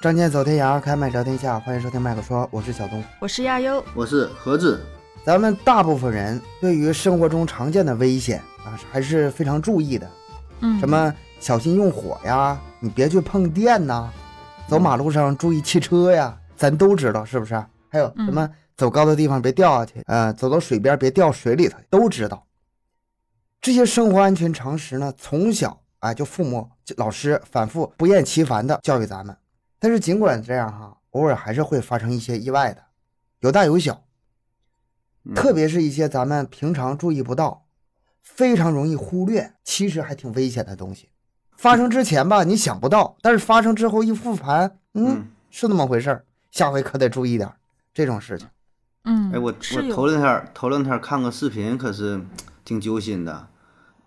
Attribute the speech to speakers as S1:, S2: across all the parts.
S1: 仗剑走天涯，开麦聊天下，欢迎收听麦克说，我是小东。
S2: 我是亚优，
S3: 我是何志，
S1: 咱们大部分人对于生活中常见的危险啊，还是非常注意的，
S2: 嗯
S1: 什么小心用火呀，你别去碰电呐、走马路上注意汽车呀，咱都知道是不是？还有
S2: 嗯
S1: 什么走高的地方别掉下去，呃，走到水边别掉水里头，都知道。这些生活安全常识呢，从小啊就父母、就老师反复不厌其烦的教育咱们。但是尽管这样哈，偶尔还是会发生一些意外的，有大有小。
S3: 嗯
S1: 特别是一些咱们平常注意不到、非常容易忽略，其实还挺危险的东西。发生之前吧，你想不到，但是发生之后一复盘，嗯，
S3: 嗯，
S1: 是那么回事儿，下回可得注意点儿这种事情。
S2: 嗯，
S3: 哎，我
S2: 是
S3: 我
S2: 有
S3: 头两天儿头两天儿看个视频，可是挺揪心的。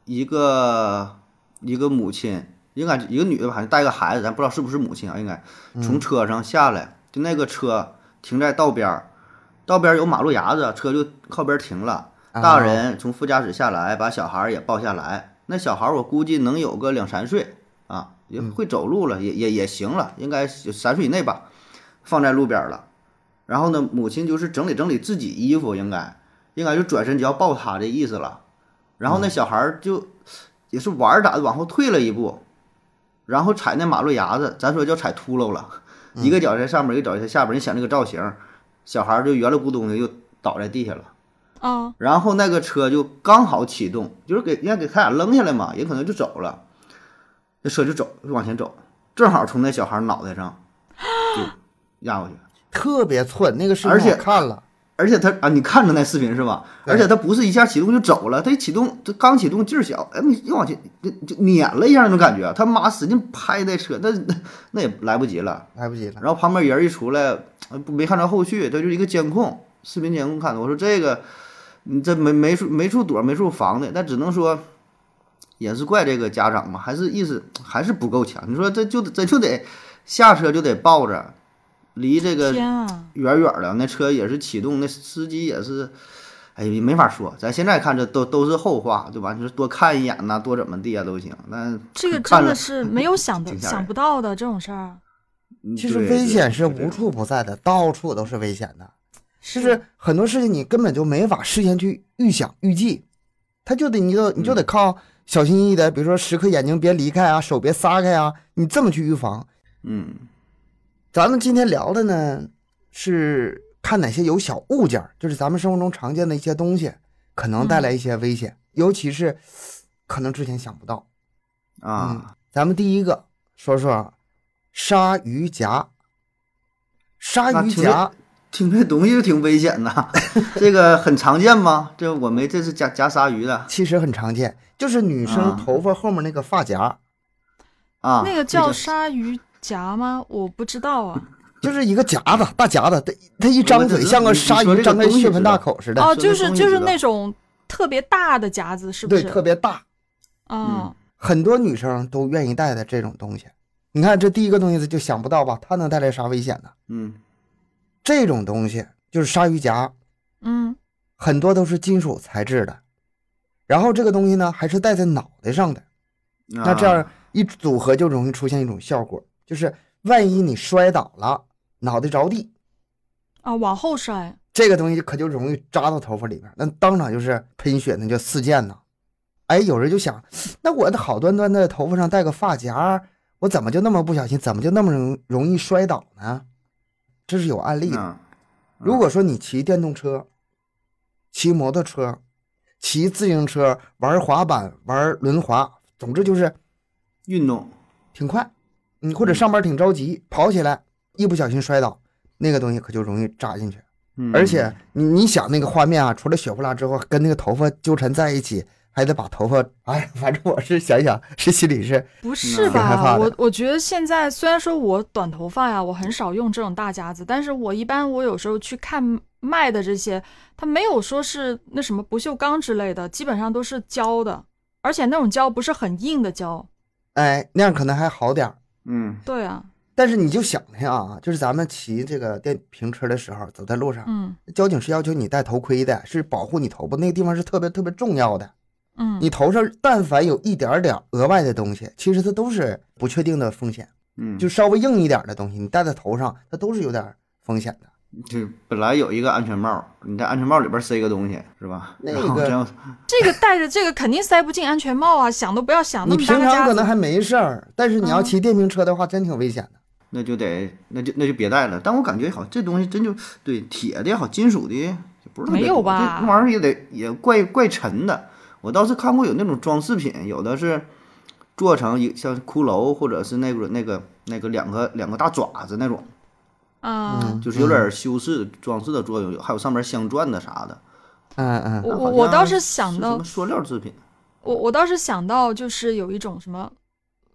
S3: 一个一个母亲，应该一个女的吧，好像带个孩子，咱不知道是不是母亲啊，应该
S1: 嗯
S3: 从车上下来，就那个车停在道边儿，道边儿有马路牙子，车就靠边儿停了。大人从副驾驶下来，把小孩儿也抱下来。那小孩儿我估计能有个两三岁啊，也会走路了，也也也行了，应该是三岁以内吧。放在路边儿了，然后呢，母亲就是整理整理自己衣服，应该应该就转身就要抱他的意思了。然后那小孩儿就也是玩儿咋的，往后退了一步，然后踩那马路牙子，咱说叫踩秃噜了，一个脚在上面，一个脚在下边儿。你想这个造型，小孩儿就圆了咕咚的就倒在地下了。
S2: 哦，
S3: 然后那个车就刚好启动，就是给人家给他俩扔下来嘛，人可能就走了，那车就走就往前走，正好从那小孩脑袋上就压过去。
S1: 特别寸，那个视频
S3: 而且
S1: 我看了，
S3: 而且他啊，你看着那视频是吧？
S1: 对
S3: 而且他不是一下启动就走了，他一启动，这刚启动劲儿小，哎，你又往前就就撵了一下那种感觉，啊他妈使劲拍那车，那那那也来不及了。
S1: 来不及了。
S3: 然后旁边人一出来，呃不没看着后续，这就是一个监控，视频监控看的。我说这个，你这没没处没处躲，没处防的，那只能说，也是怪这个家长嘛，还是意识还是不够强。你说这就得这就得下车就得抱着，离这个
S2: 天啊，
S3: 远远的，那车也是启动，那司机也是，哎，没法说。咱现在看这都都是后话，对吧？你说多看一眼呐、多怎么地啊都行。那
S2: 这个
S3: 看
S2: 真
S3: 着
S2: 的是没有想的
S3: 挺吓人
S2: 想不到的这种事儿，
S3: 嗯
S1: 其实危险是无，处不在的，到处都是危险的。就是很多事情你根本就没法事先去预想预计，他就得你就
S3: 嗯
S1: 你就得靠小心翼翼的，比如说时刻眼睛别离开啊，手别撒开啊，你这么去预防。
S3: 对对嗯
S1: 咱们今天聊的呢是看哪些有小物件儿，就是咱们生活中常见的一些东西，可能带来一些危险，尤其是可能之前想不到。嗯
S3: 啊，
S1: 咱们第一个说说啊鲨鱼夹，鲨
S3: 那
S1: 鱼
S3: 听着
S1: 夹
S3: 听这东西就挺危险 的。这个很常见吗？这我没，这是夹夹鲨鱼的
S1: 其实很常见，就是女生
S3: 啊
S1: 头发后面那个发夹，
S3: 啊。
S2: 那个叫鲨鱼夹吗？我不知道啊，
S1: 就是一个夹子，大夹子，它它一张
S3: 我
S1: 嘴
S3: 这
S1: 像个
S3: 你
S1: 鲨
S3: 你说
S1: 鱼
S3: 这个
S1: 张开
S3: 东西
S1: 血
S3: 知
S1: 盆
S3: 道
S1: 大口似的，
S2: 哦，
S3: 说
S2: 就
S3: 那
S2: 是
S3: 东西
S2: 就是
S3: 知道
S2: 那种特别大的夹子，是不
S1: 对，
S2: 是？
S1: 特别大，
S3: 嗯
S2: 哦，
S1: 很多女生都愿意带的这种东西。你看这第一个东西就想不到吧，它能带来啥危险呢？
S3: 嗯
S1: 这种东西就是鲨鱼夹，
S2: 嗯，
S1: 很多都是金属材质的，然后这个东西呢还是戴在脑袋上的，
S3: 啊
S1: 那这样一组合就容易出现一种效果，就是万一你摔倒了，脑袋着地，
S2: 啊，往后摔，
S1: 这个东西可就容易扎到头发里边儿，那当场就是喷血，那叫四溅呐。哎，有人就想，那我的好端端的头发上戴个发夹儿，我怎么就那么不小心，怎么就那么容容易摔倒呢？这是有案例的。
S3: 啊
S1: 如果说你骑电动车、骑摩托车、骑自行车、玩滑板、玩轮滑，总之就是
S3: 运动
S1: 挺快，嗯，或者上班挺着急，跑起来一不小心摔倒，那个东西可就容易扎进去。
S3: 嗯
S1: 而且你你想那个画面啊，除了血不拉之后，跟那个头发纠缠在一起，还得把头发，哎，反正我是想想是心里是，
S2: 不是
S3: 挺
S1: 嗯害怕
S2: 吧？
S1: 的
S2: 我我觉得现在虽然说我短头发呀，我很少用这种大夹子，但是我一般我有时候去看卖的这些，它没有说是那什么不锈钢之类的，基本上都是胶的，而且那种胶不是很硬的胶。
S1: 哎，那样可能还好点儿。
S3: 嗯
S2: 对啊，
S1: 但是你就想想啊，就是咱们骑这个电瓶车的时候，走在路上，
S2: 嗯
S1: 交警是要求你戴头盔的，是保护你头部，那个地方是特别特别重要的。
S2: 嗯，
S1: 你头上但凡有一点儿点儿额外的东西，其实它都是不确定的风险。
S3: 嗯，
S1: 就稍微硬一点的东西，你戴在头上，它都是有点风险的。
S3: 就本来有一个安全帽，你在安全帽里边塞个东西是吧？
S1: 那
S3: 然后
S1: 个
S3: 这样
S2: 这个戴着这个肯定塞不进安全帽啊，想都不要想那
S1: 你
S2: 么大
S1: 平
S2: 个
S1: 常
S2: 夹
S1: 可能还
S2: 子。
S1: 没事儿，但是你要
S2: 嗯
S1: 骑电瓶车的话，真挺危险的。
S3: 那就得那就那就别戴了。但我感觉好像这东西真就对铁的也好，金属的也不是特别
S2: 没有
S3: 多
S2: 吧
S3: 这这玩意儿也得也怪怪沉的。我倒是看过有那种装饰品，有的是做成一像骷髅，或者是那个那个那个两个两个大爪子那种，
S2: 嗯，
S3: 就是有点修饰装饰的作用，有还有上面镶钻的啥的。
S1: 嗯嗯，
S2: 我
S3: 好
S2: 我
S3: 像
S2: 我倒是想
S3: 什
S2: 到
S3: 么塑料制品，
S2: 我我倒是想到就是有一种什么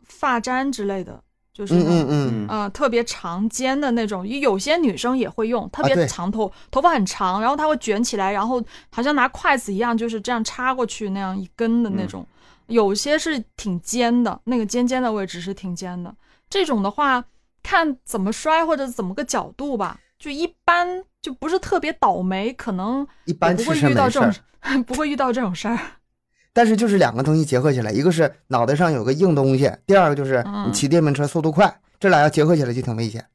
S2: 发簪之类的，就是那
S1: 嗯
S2: 种
S1: 嗯嗯，
S3: 嗯，
S2: 呃，特别长尖的那种，有些女生也会用，特
S1: 啊对
S2: 别长头，头发很长，然后她会卷起来，然后好像拿筷子一样，就是这样插过去那样一根的那
S3: 嗯
S2: 种。有些是挺尖的，那个尖尖的位置是挺尖的。这种的话，看怎么摔或者怎么个角度吧，就一般就不是特别倒霉，可能
S1: 一
S2: 也
S1: 般
S2: 不
S1: 吃
S2: 会
S1: 身
S2: 遇
S1: 没
S2: 到
S1: 事
S2: 这
S1: 儿。
S2: 种， 不会遇到这种事儿。
S1: 但是就是两个东西结合起来，一个是脑袋上有个硬东西，第二个就是
S2: 嗯
S1: 你骑电瓶车速度快，这俩要结合起来就挺危险。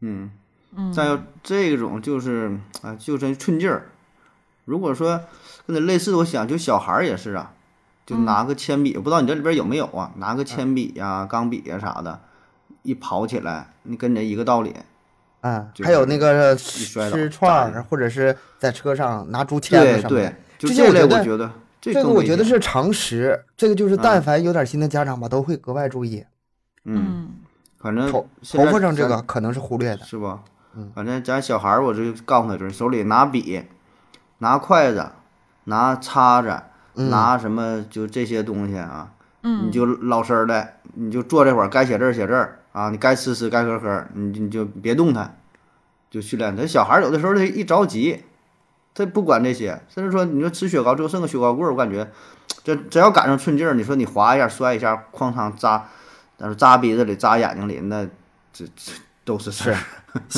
S3: 嗯，
S2: 嗯，
S3: 再有这种就是啊，就真寸劲儿。如果说跟它类似的，我想就小孩儿也是啊，就
S1: 嗯
S3: 拿个铅笔，我不知道你这里边有没有啊，拿个铅笔呀、钢笔呀、啥的，一刨起来，你跟你这一个道理。
S1: 嗯，
S3: 就是
S1: 还有那个
S3: 摔倒
S1: 吃串
S3: 炸
S1: 儿，或者是在车上拿竹签
S3: 对
S1: 子什么
S3: 对
S1: 的。，
S3: 就
S1: 这些我
S3: 类，
S1: 觉
S3: 我
S1: 得
S3: 觉得这
S1: 这个
S3: 更嗯
S1: 我
S3: 危
S1: 觉得
S3: 险
S1: 是常识，这个就是
S3: 嗯
S1: 但凡有点心的家长吧，都会格外注意。
S3: 嗯，
S2: 嗯，
S3: 反正
S1: 头
S3: 现
S1: 头
S3: 在
S1: 发上这
S3: 咱
S1: 个嗯可能是忽略的。
S3: 是吧？反正咱小孩儿，我就告诉他，就是手里拿笔、拿筷子、拿叉子、
S1: 嗯
S3: 拿什么，就这些东西啊。
S2: 嗯
S3: 你就老实儿的，你就坐这会儿，该写字儿写字儿啊，你该吃吃，该喝喝，你就你就别动它，就训练它。这小孩儿有的时候他一着急，他不管这些，甚至说你说吃雪糕，最后剩个雪糕棍儿，我感觉这只要赶上寸劲儿，你说你滑一下摔一下，哐当扎，但是扎鼻子里扎眼睛里，那这这都是事儿。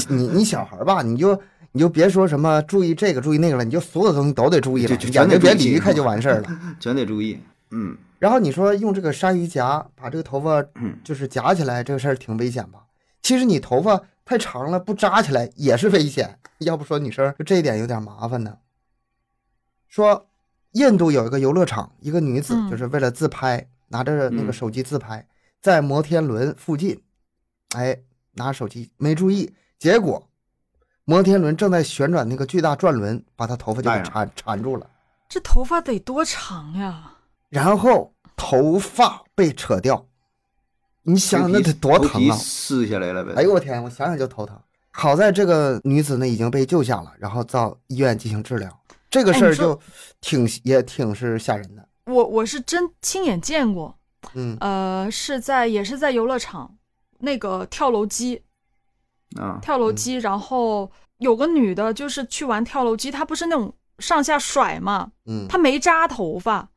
S1: 你你小孩儿吧，你就你就别说什么注意这个注意那个了，你就所有东西都得注意了，
S3: 就就全
S1: 眼
S3: 得
S1: 睛别
S3: 注意
S1: 离开就完事儿了。
S3: 全得注意。嗯，
S1: 然后你说用这个鲨鱼夹把这个头发就是夹起来，这个事儿挺危险吧？其实你头发太长了，不扎起来也是危险。要不说女生就这一点有点麻烦呢。说印度有一个游乐场，一个女子
S2: 嗯
S1: 就是为了自拍，拿着那个
S3: 嗯
S1: 手机自拍，在摩天轮附近，哎，拿手机没注意，结果摩天轮正在旋转那个巨大转轮，把她头发就
S3: 哎
S1: 给
S3: 呀
S1: 缠缠住了。
S2: 这头发得多长呀？
S1: 然后头发被扯掉，你想那得多
S3: 头
S1: 疼
S3: 皮
S1: 啊！
S3: 撕下来了呗。
S1: 哎呦我天，我想想就头疼。好在这个女子呢已经被救下了，然后到医院进行治疗。这个
S2: 哎
S1: 事儿
S2: 你说
S1: 就挺也挺是吓人的，
S2: 我我是真亲眼见过，
S1: 嗯
S2: 呃，是在也是在游乐场那个跳楼机，
S3: 啊，
S2: 跳楼机，然后有个女的，就是去玩跳楼机，她不是那种上下甩嘛，
S1: 嗯
S2: 她没扎头发，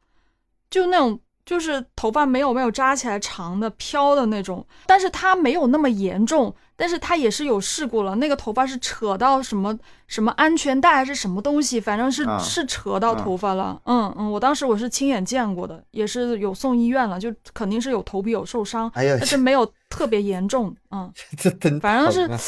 S2: 就那种就是头发没有没有扎起来长的飘的那种，但是她没有那么严重，但是她也是有事故了，那个头发是扯到什么什么安全带还是什么东西，反正是、
S3: 啊
S2: 是扯到
S3: 啊
S2: 头发了，嗯嗯，我当时我是亲眼见过的，也是有送医院了，就肯定是有头皮有受伤，
S1: 哎呀
S2: 但是没有特别严重，嗯。
S1: 这真
S2: 反正是嗯
S1: 疼啊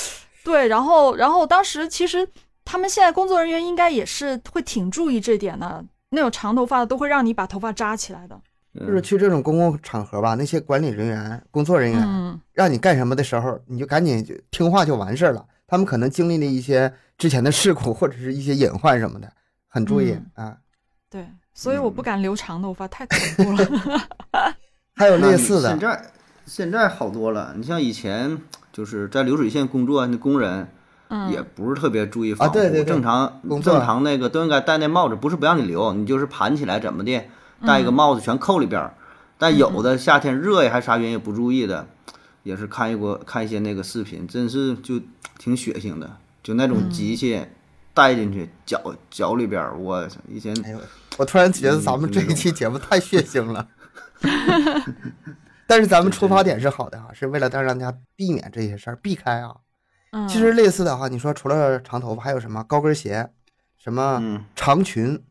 S2: 对，然后然后当时其实他们现在工作人员应该也是会挺注意这点的，那种长头发的都会让你把头发扎起来的。
S3: 嗯
S1: 就是去这种公共场合吧，那些管理人员、工作人员、
S2: 嗯，
S1: 让你干什么的时候，你就赶紧就听话就完事儿了。他们可能经历了一些之前的事故或者是一些隐患什么的，很注意、
S2: 嗯
S1: 啊。
S2: 对，所以我
S1: 嗯
S2: 不敢留长头发，太恐怖了。
S1: 还有
S3: 那
S1: 类
S3: 你
S1: 似的
S3: 现，在现在好多了，你像以前就是在流水线工作那工人。
S2: 嗯
S3: 也不是特别注意防
S1: 啊
S3: 护，
S1: 对对对
S3: 正常
S1: 工作
S3: 正常那个都应该戴那帽子，不是不让你留，你就是盘起来怎么的，
S2: 嗯
S3: 戴一个帽子全扣里边儿。但有的夏天热呀还是啥原因也不注意的，也是看一过看一些那个视频，真是就挺血腥的，就那
S2: 嗯
S3: 种机器带进去脚脚里边儿，我操以前
S1: 哎呦，我突然觉得咱们这一期节目太血腥了。但是咱们出发点是好的啊，是为了让大家避免这些事儿，避开啊。
S2: 嗯，
S1: 其实类似的哈、你说除了长头发，还有什么高跟鞋，什么
S3: 嗯
S1: 长裙，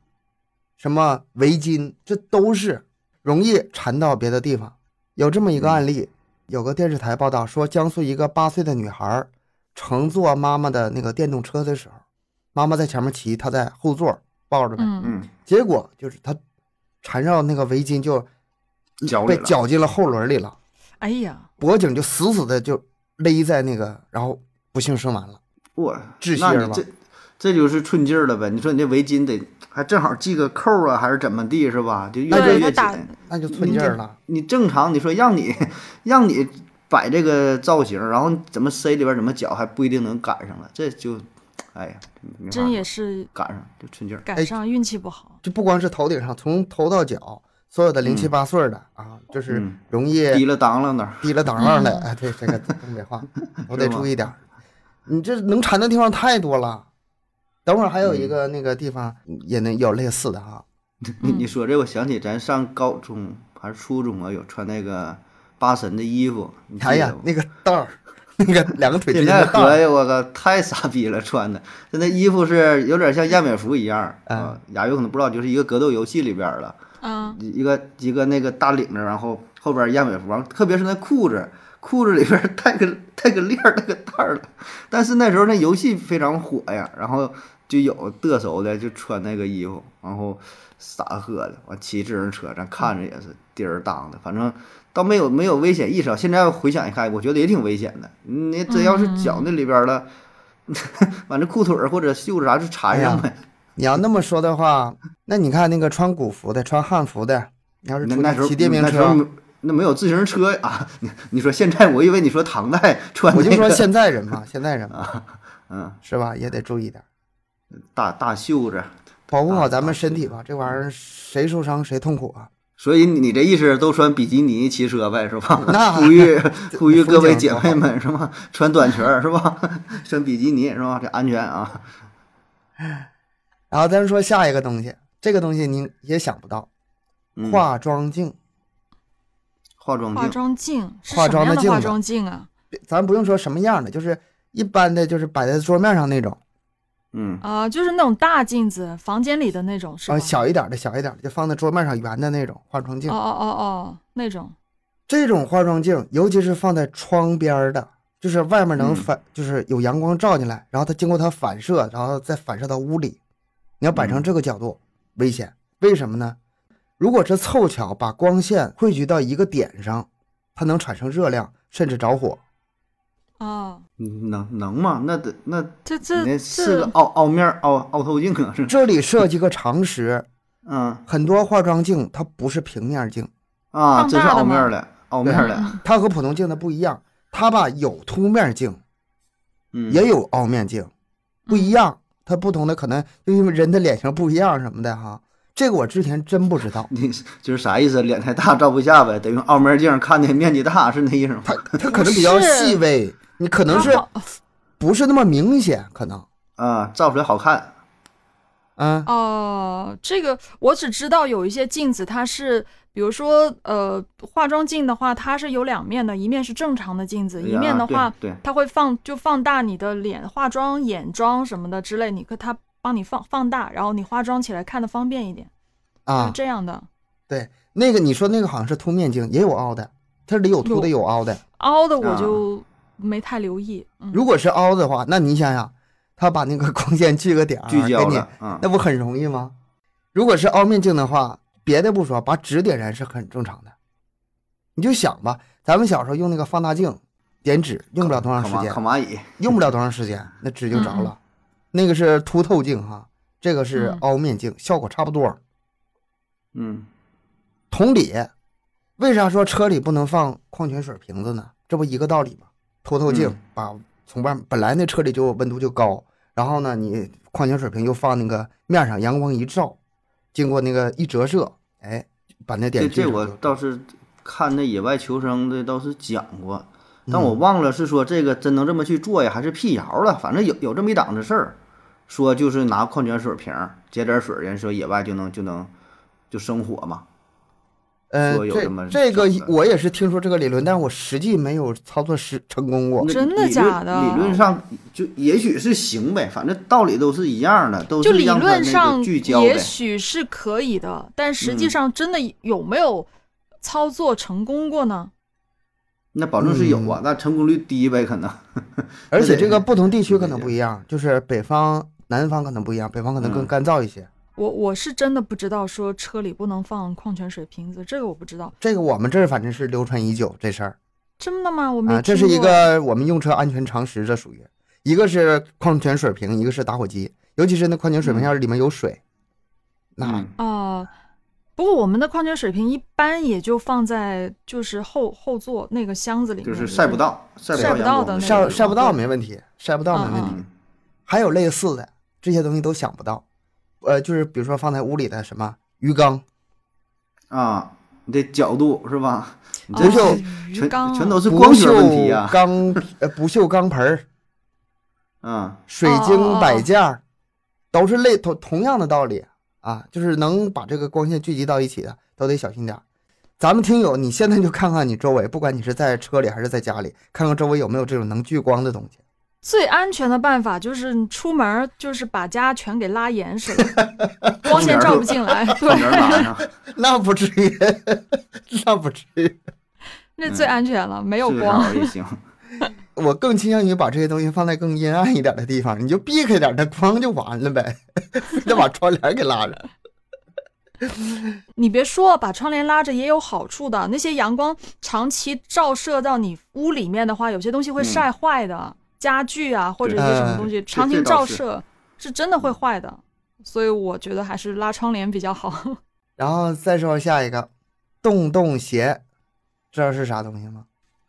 S1: 什么围巾，这都是容易缠到别的地方。有这么一个案例，有个电视台报道说，江苏一个八岁的女孩儿乘坐妈妈的那个电动车的时候，妈妈在前面骑，她在后座抱着呗，
S2: 嗯，
S3: 嗯，
S1: 结果就是她缠绕那个围巾就
S3: 脚里
S1: 被
S3: 了
S1: 绞进了后轮里了，
S2: 哎呀，
S1: 脖颈就死死的就勒在那个，然后不幸身亡了。
S3: 我
S1: 窒息
S3: 那
S1: 了
S3: 你
S1: 吧
S3: 这这就是寸劲儿了呗？你说你这围巾得还正好系个扣儿啊，还是怎么地是吧？就越
S1: 那就嗯
S3: 勒
S2: 他
S3: 越紧
S2: 打。
S1: 那就寸劲儿了。
S3: 你正常，你说让你让你摆这个造型，然后怎么塞里边儿怎么绞，还不一定能赶上了。这就，哎呀，没法
S2: 真也是
S3: 赶上就寸劲儿。
S1: 哎
S2: 赶上运气不好，
S1: 就不光是头顶上，从头到脚，所有的零七八碎儿的、啊，就是
S3: 嗯
S1: 容易
S3: 滴了当啷的，
S1: 滴了当啷的。哎，对，这个东北 话，我得注意点儿。你这能缠的地方太多了。等会儿还有一
S3: 嗯
S1: 个那个地方也能有类似的啊，
S3: 你你说这，我想起咱上高中还是初中啊，有穿那个八神的衣服，你记
S1: 哎呀
S3: 得不，
S1: 那个带儿，那个两个腿之
S3: 这
S1: 间的
S3: 太
S1: 带
S3: 合
S1: 儿，
S3: 呀！我靠，太傻逼了， 穿的就那衣服是有点像亚美服一样
S1: 嗯
S3: 啊。亚优可能不知道，就是一个格斗游戏里边儿了，
S2: 嗯，
S3: 一个一个那个大领子，然后后边亚美服，然后特别是那裤子，裤子里边儿 带个带个链儿带个带儿了。但是那时候那游戏非常火呀，然后就有得手的就穿那个衣服，然后傻喝的，完骑自行车，咱看着也是滴儿当的，反正倒没有没有危险意识啊。现在回想一看，我觉得也挺危险的。你这要是脚那里边儿了， 反正裤腿儿或者袖子啥就缠上呗。
S1: 你要那么说的话，那你看那个穿古服的、穿汉服的，你要是
S3: 那
S1: 出
S3: 那时
S1: 去
S3: 候
S1: 骑电瓶
S3: 那时候
S1: 车，
S3: 没那没有自行车啊！你你说现在，我以为你说唐代穿、
S1: 我
S3: 那个，
S1: 就说现在人嘛， 现在人嘛，
S3: 嗯，
S1: 是吧？也得注意点儿。
S3: 大大袖子。
S1: 保
S3: 啊
S1: 护好咱们身体吧，这玩意儿谁受伤谁痛苦啊！
S3: 所以你这意思都穿比基尼骑车呗，是吧？
S1: 那
S3: 呼吁呼吁各位
S1: 风
S3: 姐
S1: 景多好
S3: 妹们是吧？穿短裙儿是吧？穿比基尼是吧？这安全啊！
S1: 然后咱说下一个东西，这个东西您也想不到，
S3: 嗯、
S1: 化妆镜，
S3: 化妆
S2: 化
S3: 镜，
S2: 妆镜
S1: 嗯
S2: 是
S1: 化
S2: 什么
S1: 妆的
S2: 样的
S1: 镜
S2: 化
S1: 子
S2: 妆镜啊？
S1: 咱不用说什么样的，就是一般的，就是摆在桌面上那种，
S3: 嗯，
S2: 啊、就是那种大镜子，房间里的那种是吧？
S1: 啊，小一点的，小一点的，就放在桌面上圆的那种化妆镜
S2: 哦。哦哦哦，那种，
S1: 这种化妆镜，尤其是放在窗边儿的，就是外面能
S3: 嗯
S1: 反，就是有阳光照进来，然后它经过它反射，然后再反射到屋里。你要摆成这个角度，危险。为什么呢？如果是凑巧把光线汇聚到一个点上，它能产生热量，甚至着火。
S2: 哦，
S3: 能能吗？那得那
S2: 这
S3: 你
S2: 这
S3: 那是个
S2: 这，
S3: 凹凹面儿凹凹透镜啊，是
S1: 这里涉及个常识，
S3: 嗯
S1: 很多化妆镜它不是平面镜，
S3: 啊，
S2: 放
S3: 这是
S2: 大的
S3: 凹面
S2: 吗
S3: 儿的，凹面儿的，
S1: 它和普通镜它不一样，它吧有凸面镜，
S3: 嗯，，
S1: 也有凹面镜，不
S2: 嗯
S1: 一样，它不同的可能就因为人的脸型不一样什么的哈。这个我之前真不 知道
S3: 你就是啥意思？脸太大照不下呗，得用凹面镜看那面积大，是那意思吗？
S1: 它它可能比较
S2: 不是
S1: 细微，你可能是
S2: 它好
S1: 不是那么明显，可能，
S3: 啊，照出来好看，
S1: 嗯，
S2: 哦，这个我只知道有一些镜子，它是比如说呃化妆镜的话，它是有两面的，一面是正常的镜子，一面
S3: 啊
S2: 的
S3: 对
S2: 话
S3: 对，
S2: 它会放就放大你的脸，化妆、眼妆什么的之类，你可它帮你放放大，然后你化妆起来看的方便一点，是
S1: 啊，
S2: 这样的。
S1: 对，那个你说那个好像是凸面镜，也有凹的，它里有凸的有凹的。
S2: 凹的我
S3: 啊
S2: 就没太留意，嗯，
S1: 如果是凹的话，那你想想，它把那个 光线聚个点儿
S3: 聚焦
S1: 给你
S3: 了，，嗯。
S1: 啊那不很容易吗？如果是凹面镜的话，别的不说，把纸点燃是很正常的。你就想吧，咱们小时候用那个放大镜点纸，用不了多长时间
S3: 烤，蚂蚁，
S1: 用不了多长时间，那纸就着了。那个是凸透镜哈，这个是
S2: 嗯
S1: 凹面镜，效果差不多。
S3: 嗯，
S1: 同理，为啥说车里不能放矿泉水瓶子呢？这不一个道理吗？透透镜
S3: 嗯
S1: 把从外本来那车里就温度就高，然后呢，你矿泉水瓶又放那个面上，阳光一照，经过那个一折射，哎，把那点
S3: 这
S1: 聚
S3: 这
S1: 上
S3: 我
S1: 就
S3: 倒是看那野外求生的倒是讲过，
S1: 嗯
S3: 但我忘了是说这个真能这么去做呀，还是辟谣了？反正有有这么一档子事儿，说就是拿矿泉水瓶儿接点水，人说野外就能就能就生火嘛。
S1: 呃，
S3: 说有这么
S1: 这这个
S3: 整的
S1: 我也是听说这个理论，但我实际没有操作实成功过
S3: 那。
S2: 真的
S3: 理论
S2: 假的
S3: 理论上就也许是行呗，反正道理都是一样的，都
S2: 就是理
S3: 让它
S2: 论
S3: 那个
S2: 上
S3: 聚焦
S2: 也
S3: 呗。
S2: 许是可以的，但实
S3: 嗯
S2: 际上真的有没有操作成功过呢？
S3: 那保证是有
S1: 嗯
S3: 啊，那成功率低呗，可能。
S1: 而且这个
S3: 对
S1: 不同地区可能不一样，就是北方、南方可能不一样，北方可能更
S3: 嗯
S1: 干燥一些。
S2: 我我是真的不知道说车里不能放矿泉水瓶子，这个我不知道，
S1: 这个我们这儿反正是流传已久这事儿
S2: 真的吗？我没、
S1: 啊，这是一，个我们用车安全常识，这属于一个是矿泉水瓶，一个是打火机，尤其是那矿泉水瓶
S3: 嗯
S1: 要是里面有水，那
S3: 嗯
S2: 啊，不过我们的矿泉水瓶一般也就放在就是后后座那个箱子里面，
S3: 就是晒不到，晒
S2: 晒不
S3: 不
S2: 到
S3: 到
S2: 的
S3: 阳光
S2: 那
S1: 晒
S2: 种
S1: 晒不到
S2: 对
S1: 没问题，晒不到没问题。
S2: 嗯
S3: 嗯
S1: 还有类似的这些东西都想不到，呃，就是比如说放在屋里的什么鱼缸，
S3: 啊，你这角度是吧？你
S2: 啊。
S3: 这
S1: 不锈
S2: 鱼
S3: 全
S2: 缸啊
S3: 全都是
S1: 不
S3: 光学问题
S1: 锈
S3: 啊呀。
S1: 钢呃不锈钢盆儿、
S3: 嗯，
S1: 水晶摆件儿，都是类同同样的道理啊，就是能把这个光线聚集到一起的，都得小心点儿。咱们听友，你现在就看看你周围，不管你是在车里还是在家里，看看周围有没有这种能聚光的东西。
S2: 最安全的办法就是你出门儿就是把家全给拉严实了， 光线照不进来。
S3: 窗帘
S2: 对，
S3: 拉上，
S1: 那不至于， 那不至于。
S2: 那最安全了，没有
S3: 嗯是个
S2: 光。啊
S3: 啥也行。
S1: 我更倾向于把这些东西放在更阴暗一点的地方，你就避开点儿那光就完了呗， 非得把窗帘给拉着。
S2: 你别说，把窗帘拉着也有好处的。那些阳光长期照射到你屋里面的话，有些东西会晒坏的，家具啊或者一些什么东西，长期
S3: 哎这
S2: 照
S3: 倒是嗯
S2: 射是真的会坏的。所以我觉得还是拉窗帘比较好。
S1: 然后再说下一个，洞洞鞋，知道是啥东西吗？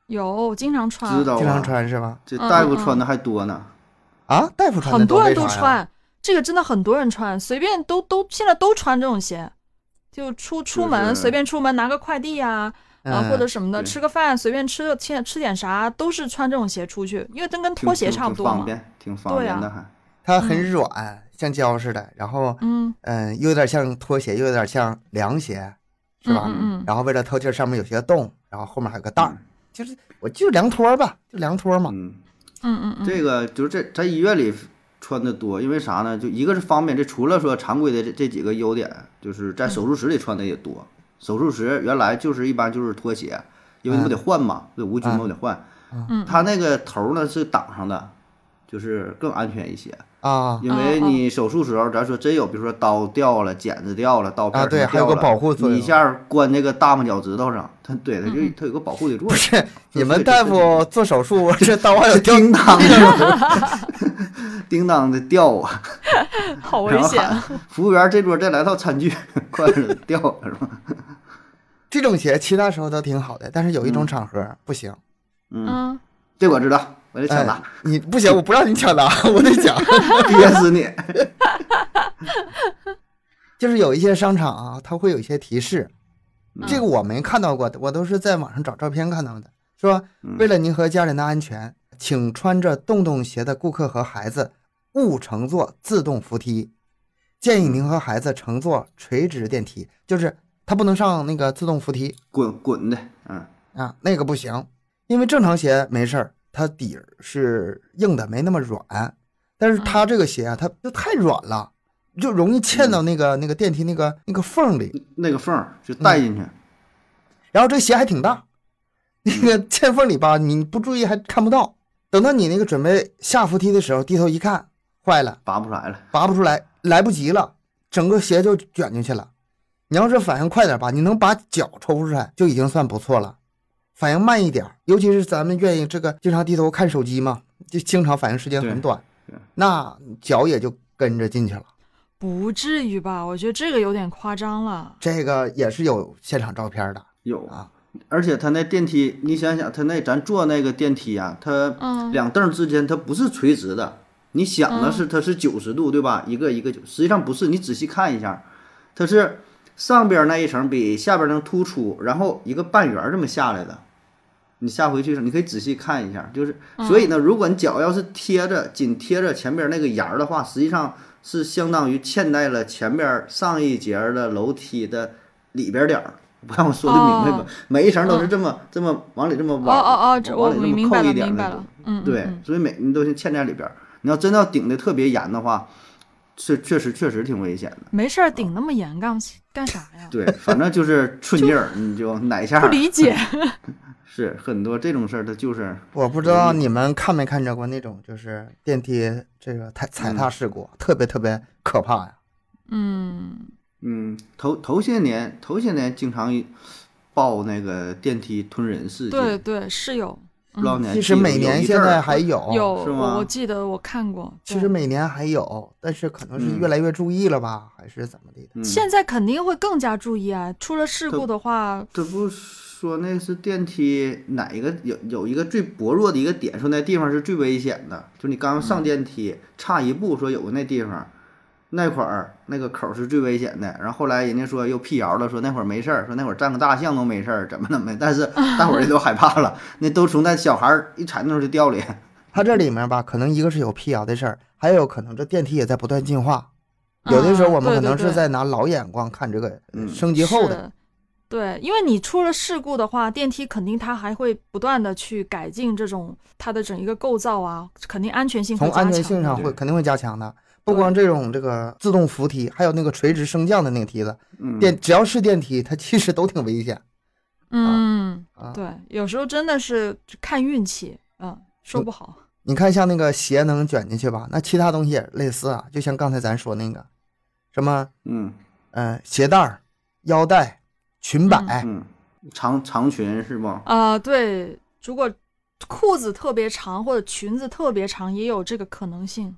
S2: 有经常穿，
S3: 知道
S1: 经常
S3: 啊，
S1: 穿是吧？
S3: 这
S2: 嗯
S3: 大夫
S2: 嗯嗯
S3: 穿的还多呢。
S1: 啊，大夫穿的
S2: 很多人
S1: 为
S2: 都
S1: 啥呀，
S2: 穿，这个真的很多人穿，随便都都现在都穿这种鞋，就出出门、
S3: 就是哎
S2: 随便出门拿个快递呀、啊，
S1: 嗯、
S2: 或者什么的，
S3: 对
S2: 吃个饭随便吃个吃吃点啥，都是穿这种鞋出去，因为真跟
S3: 挺
S2: 拖鞋
S3: 挺
S2: 差不
S3: 挺
S2: 多
S3: 方
S2: 嘛。
S3: 便，挺方
S2: 对
S3: 便
S2: 啊
S3: 的还。
S1: 它很软，像胶似的，然后
S2: 嗯，
S1: 嗯、又有点像拖鞋，又有点像凉鞋，是吧？
S2: 嗯嗯嗯
S1: 然后为了透气儿，上面有些洞，然后后面还有个袋儿，就是我就凉拖儿吧，就凉拖儿嘛。
S3: 嗯，
S2: 嗯嗯嗯，
S3: 这个就是这在医院里穿的多，因为啥呢？就一个是方便，这除了说常规的这这几个优点，就是在手术室里穿的也多。
S1: 嗯
S3: 手术室原来就是一般就是拖鞋，因为你不得换嘛，不得无菌
S1: 嗯
S3: 嘛，不得换。
S2: 嗯
S3: 它那个头呢是挡上的，就是更安全一些。
S2: 嗯
S1: 啊
S3: 因为你手术时候，咱说真有，比如说刀掉了、剪子掉了、刀片
S1: 啊，
S3: 儿
S1: 对，
S3: 掉
S1: 还有个
S3: 了
S1: 保护作
S3: 你
S1: 用
S3: 一。下关那个大拇脚趾头上，它对它就
S2: 嗯嗯
S3: 它有个保护的 作
S1: 不
S3: 用。
S1: 是你们
S3: 对
S1: 大
S3: 对
S1: 夫做手术， 这刀还有掉
S3: 叮当的，叮当的掉啊！
S2: 好危
S3: 然后
S2: 险。
S3: 喊 服务员这桌再来套餐具，快点掉了是吧？
S1: 这种鞋，其他时候都挺好的，但是有一种场合不行。
S3: 嗯，
S2: 嗯，
S3: 这我知道，我得抢
S1: 哎
S3: 答，，
S1: 你不行，我不让你抢答， 我得讲。
S3: 憋死你！
S1: 就是有一些商场啊，它会有一些提示，
S3: 嗯
S1: 这个我没看到过的，我都是在网上找照片看到的。说
S3: 嗯
S1: 为了您和家人的安全，请穿着洞洞鞋的顾客和孩子勿乘坐自动扶梯，建议
S3: 嗯
S1: 您和孩子乘坐垂直电梯，就是他不能上那个自动扶梯。
S3: 滚滚的，嗯
S1: 啊，那个不行，因为正常鞋没事儿，它底儿是硬的，没那么软。但是它这个鞋啊，它就太软了，就容易嵌到那个、那个电梯那个那个缝里。
S3: 那个缝儿就带进
S1: 嗯
S3: 去，
S1: 然后这鞋还挺大，那个嵌缝里吧，你不注意还看不到。等到你那个准备下扶梯的时候，低头一看，坏了，
S3: 拔不出来了。
S1: 拔不出来，来不及了，整个鞋就卷进去了。你要是反应快点吧，你能把脚抽出来就已经算不错了。反应慢一点，尤其是咱们愿意这个经常低头看手机嘛，就经常反应时间很
S3: 对
S1: 短
S3: 对，
S1: 那脚也就跟着进去了。
S2: 不至于吧？我觉得这个有点夸张了。
S1: 这个也是有现场照片的，
S3: 有
S1: 啊，
S3: 而且它那电梯，你想想，它那咱坐那个电梯啊，它
S2: 嗯
S3: 两凳之间它不是垂直的，你想的是它是九十度，对吧？一个一个九，实际上不是，你仔细看一下，它是上边那一层比下边能突出，然后一个半圆儿这么下来的。你下回去的时候，你可以仔细看一下，就是
S2: 嗯
S3: 所以呢，如果你脚要是贴着紧贴着前边那个沿儿的话，实际上是相当于嵌在了前边上一节儿的楼梯的里边儿点儿。不让我说的明白吧？
S2: 哦
S3: 每一层都是这么、这么往里这么
S2: 哦
S3: 往
S2: 哦哦，这我
S3: 往里
S2: 明明
S3: 这么
S2: 白
S3: 扣
S2: 了，
S3: 一点
S2: 明
S3: 儿
S2: 白
S3: 那
S2: 了
S3: 种。。
S2: 嗯，嗯
S3: 对，
S2: 嗯
S3: 所以每你都是嵌在里边儿。你要真要顶的特别严的话，是确实确实挺危险的。
S2: 没事儿，顶那么严干干啥呀？
S3: 对，反正就是寸劲儿，你就哪一下
S2: 不
S3: 儿
S2: 理解。
S3: 是很多这种事儿，它就是
S1: 我不知道
S3: 嗯
S1: 你们看没看着过那种，就是电梯这个踩踩踏事故，特别特别可怕呀。
S2: 嗯，
S3: 嗯，头头些年头些年经常报那个电梯吞人事件，
S2: 对嗯对，是有
S3: 不知道你还
S1: 其
S3: 嗯记
S1: 实
S3: 得
S1: 每
S3: 有
S1: 年
S3: 一
S1: 现
S3: 阵儿
S1: 在还有，
S2: 有，
S3: 哦是
S2: 我
S3: 吗
S2: 我记得我看过。
S1: 其
S2: 对
S1: 实每年还有，但是可能是
S3: 嗯
S1: 越来越注意了吧，还是怎么地的？
S3: 嗯
S2: 现在肯定会更加注意啊，出了事
S3: 特
S2: 故的话，
S3: 这不说那是电梯哪一个有有一个最薄弱的一个点，说那地方是最危险的，就你
S1: 嗯
S3: 刚上电梯、差一步，说有个那地方那块儿那个口儿是最危险的。然后后来人家说又辟谣了，说那会儿没事儿，说那会儿站个大象都没事儿，怎么怎么的。但是大伙儿也都害怕了，那都从那小孩儿一踩那时候就掉里。
S1: 它这里面吧，可能一个是有辟谣的事儿，还有可能这电梯也在不断进化。有的时候
S2: 嗯
S1: 我们
S2: 对
S1: 可
S2: 对
S1: 能是
S2: 对
S1: 在拿老眼光看这个呃
S3: 嗯
S1: 升级后的，
S2: 是对，因为你出了事故的话，电梯肯定它还会不断的去改进这种它的整一个构造啊，肯定安全性会
S1: 从
S2: 加
S1: 安全
S2: 强
S1: 性
S2: 的
S1: 上会
S3: 对
S1: 肯定会加强的。不光这种这个自动扶梯，还有那个垂直升降的那个梯子，
S3: 嗯，
S1: 电只要是电梯，它其实都挺危险
S2: 嗯，
S1: 啊。
S2: 对，有时候真的是看运气，嗯，说不好。
S1: 你看，像那个鞋能卷进去吧？那其他东西也类似啊，就像刚才咱说那个，什么
S3: 嗯
S1: 嗯、呃鞋带儿、腰带、裙摆，
S3: 嗯，长长裙是不？
S2: 啊、对，如果裤子特别长或者裙子特别长，也有这个可能性。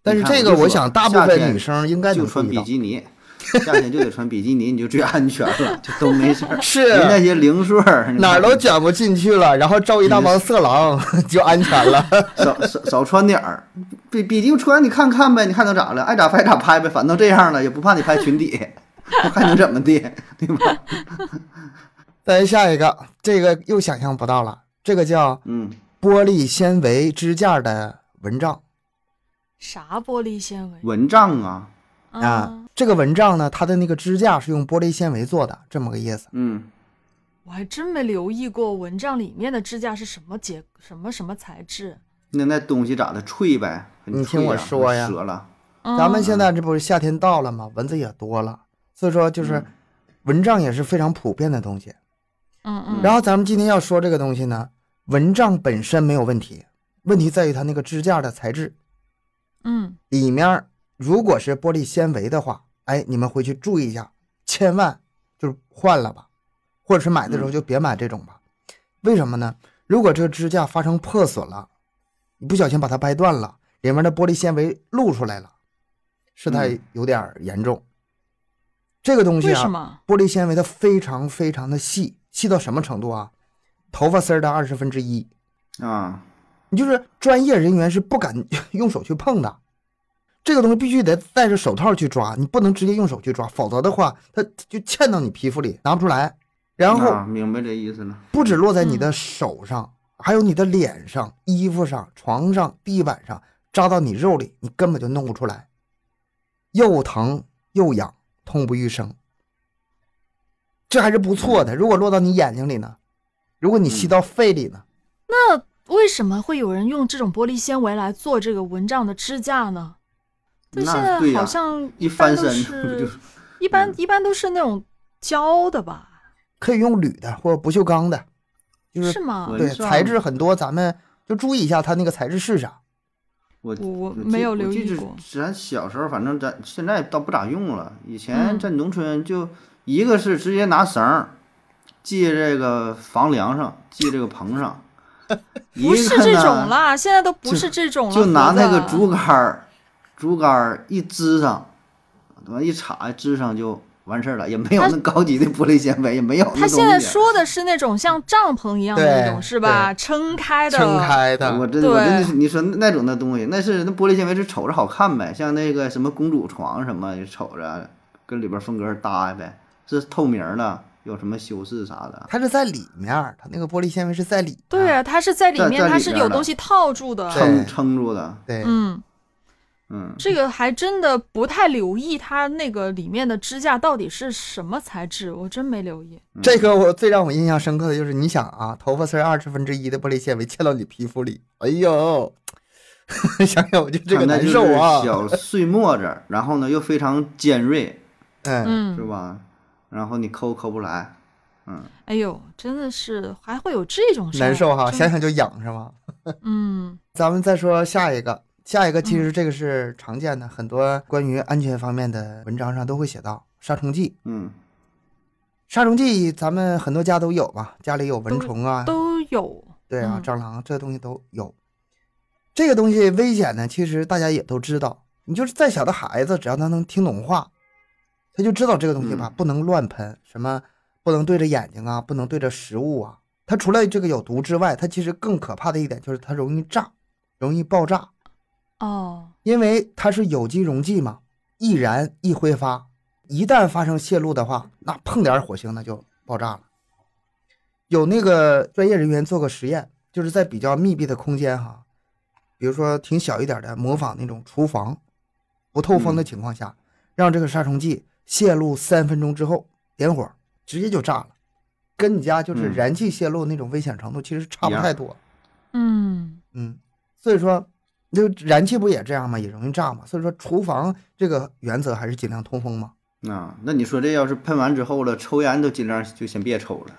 S1: 但是
S3: 你看
S1: 这个
S3: 我就
S1: 我
S3: 说
S1: 想大部
S3: 夏
S1: 分
S3: 天
S1: 女生应该
S3: 就
S1: 能注
S3: 穿
S1: 意
S3: 比
S1: 到，
S3: 基尼，夏天就得穿比基尼，你就最安全了，就都没事儿。
S1: 是
S3: 人那些零碎儿
S1: 啊哪儿都卷不进去了，然后招一大帮色狼 就安全了。
S3: 少少少穿点儿，比比基尼穿你看看呗，你看能咋了？爱咋拍咋拍呗，反正这样了也不怕你拍裙底， 还能怎么地？对吧？
S1: 再下一个，这个又想象不到了，这个叫
S3: 嗯，
S1: 玻璃纤维支架的蚊帐
S2: 啥玻璃纤维
S3: 蚊帐啊，
S1: 啊，这个蚊帐呢，它的那个支架是用玻璃纤维做的，这么个意思。
S3: 嗯，
S2: 我还真没留意过蚊帐里面的支架是什么结什么什么材质。
S3: 那那东西咋的脆呗？很
S1: 你听
S3: 脆
S1: 我
S3: 啊
S1: 说呀
S3: 折了，
S1: 咱们
S2: 嗯
S1: 现在这不是夏天到了吗？蚊子也多了，所以说就是
S3: 嗯
S1: 蚊帐也是非常普遍的东西。
S2: 嗯嗯
S1: 然后咱们今天要说这个东西呢，蚊帐本身没有问题，问题在于它那个支架的材质。
S2: 嗯
S1: 里面儿如果是玻璃纤维的话，哎，你们回去注意一下，千万就是换了吧，或者是买的时
S2: 嗯
S1: 候就别买这种吧。为什么呢？如果这个支架发生破损了，你不小心把它掰断了，里面的玻璃纤维露出来了，事态
S3: 嗯
S1: 有点儿严重。这个东西
S2: 嗯为什
S1: 啊，
S2: 么？
S1: 玻璃纤维它非常非常的细，细到什么程度啊？头发丝儿的二十分之一。
S3: 啊，
S1: 你就是专业人员是不敢 用手去碰的，这个东西必须得戴着手套去抓，你不能直接用手去抓，否则的话它它就嵌到你皮肤里拿不出来，然后
S3: 啊明白这意思了，
S1: 不止落在你
S2: 嗯
S1: 的手上，还有你的脸上、衣服上、床上、地板上，扎到你肉里，你根本就弄不出来，又疼又痒，痛不欲生。这还是不错的，如果落到你眼睛里呢，如果你吸到肺里呢，
S2: 为什么会有人用这种玻璃纤维来做这个蚊帐的支架呢？就现
S3: 那
S2: 在
S3: 对呀、
S2: 好像
S3: 一
S2: 般
S3: 翻
S2: 都，
S3: 身不就是嗯
S2: 一般一般都是那种胶的吧？
S1: 可以用铝的或者不锈钢的，就是
S2: 是吗？
S3: 我
S1: 对，
S3: 上
S1: 材质很多，咱们就注意一下它那个材质是啥。
S3: 我
S2: 我我
S3: 记
S2: 没有留
S3: 我记
S2: 意
S3: 着
S2: 过
S3: 咱小时候，反正咱现在倒不咋用了。以前
S2: 嗯
S3: 在农村就一个是直接拿绳儿系这个房梁上，系这个棚上，一
S2: 不
S3: 个
S2: 是这种
S3: 呢
S2: 啦，现在都不是这种了，
S3: 就拿那个
S2: 盒子
S3: 竹竿儿，竹竿儿一支上，完一插支上就完事儿了，也没有
S2: 他
S3: 那高级的玻璃纤维，也没有
S2: 他
S3: 那东
S2: 现在
S3: 西。
S2: 说的是那种像帐篷一样的那
S1: 对
S2: 种，是吧？撑开的，
S1: 撑开的，
S3: 我真我真的
S2: 对
S3: 是你说那种的东西，那是那玻璃纤维是瞅着好看呗，像那个什么公主床什么，瞅着跟里边风格搭呗，是透明的，有什么修饰啥的。
S1: 它是在里面儿，它那个玻璃纤维是在里面儿。
S2: 对啊，它是在里
S3: 在
S2: 面，
S3: 在里
S2: 它是
S3: 边
S2: 有
S3: 的
S2: 东西套住的。
S1: 对
S3: 撑撑住的，
S1: 对，
S2: 嗯，
S3: 嗯，
S2: 这个还真的不太留意它那个里面的支架到底是什么材质，我真没留意。
S3: 嗯
S1: 这个我最让我印象深刻的就是，你想啊，头发丝二十分之一的玻璃纤维嵌到你皮肤里，哎呦， 想想我就这个
S3: 看那
S1: 难
S3: 就是
S1: 受啊。
S3: 小碎沫子儿，然后呢又非常尖锐，
S1: 嗯，
S2: 嗯
S3: 是吧？然后你抠抠不来，嗯，
S2: 哎呦，真的是还会有这种事儿，
S1: 难受哈，
S2: 真
S1: 想想就痒是吗？
S2: 嗯
S1: 咱们再说下一个，下一个其实这个是常见的，很多关于安全方面的文章上都会写到杀虫剂。
S3: 嗯，
S1: 杀虫剂咱们很多家都有嘛，家里有蚊虫啊，
S2: 都有，
S1: 对啊
S2: 嗯，
S1: 蟑螂这东西都有。这个东西危险呢，其实大家也都知道。你就是再小的孩子，只要他能听懂话，他就知道这个东西吧，
S3: 嗯
S1: 不能乱喷，什么不能对着眼睛啊，不能对着食物啊。它除了这个有毒之外，它其实更可怕的一点就是它容易炸，容易爆炸。
S2: 哦，
S1: 因为它是有机溶剂嘛，易燃易挥发，一旦发生泄露的话，那碰点儿火星那就爆炸了。有那个专业人员做过实验，就是在比较密闭的空间哈，比如说挺小一点的，模仿那种厨房不透风的
S3: 嗯
S1: 情况下，让这个杀虫剂泄露三分钟之后点火，直接就炸了，跟你家就是
S3: 嗯
S1: 燃气泄露那种危险程度其实差
S3: 一
S1: 不
S3: 样
S1: 太多。
S2: 嗯
S1: 嗯，所以说，就燃气不也这样吗？也容易炸嘛。所以说，厨房这个原则还是尽量通风嘛。
S3: 啊，那你说这要是喷完之后了，抽烟都尽量就先别抽了，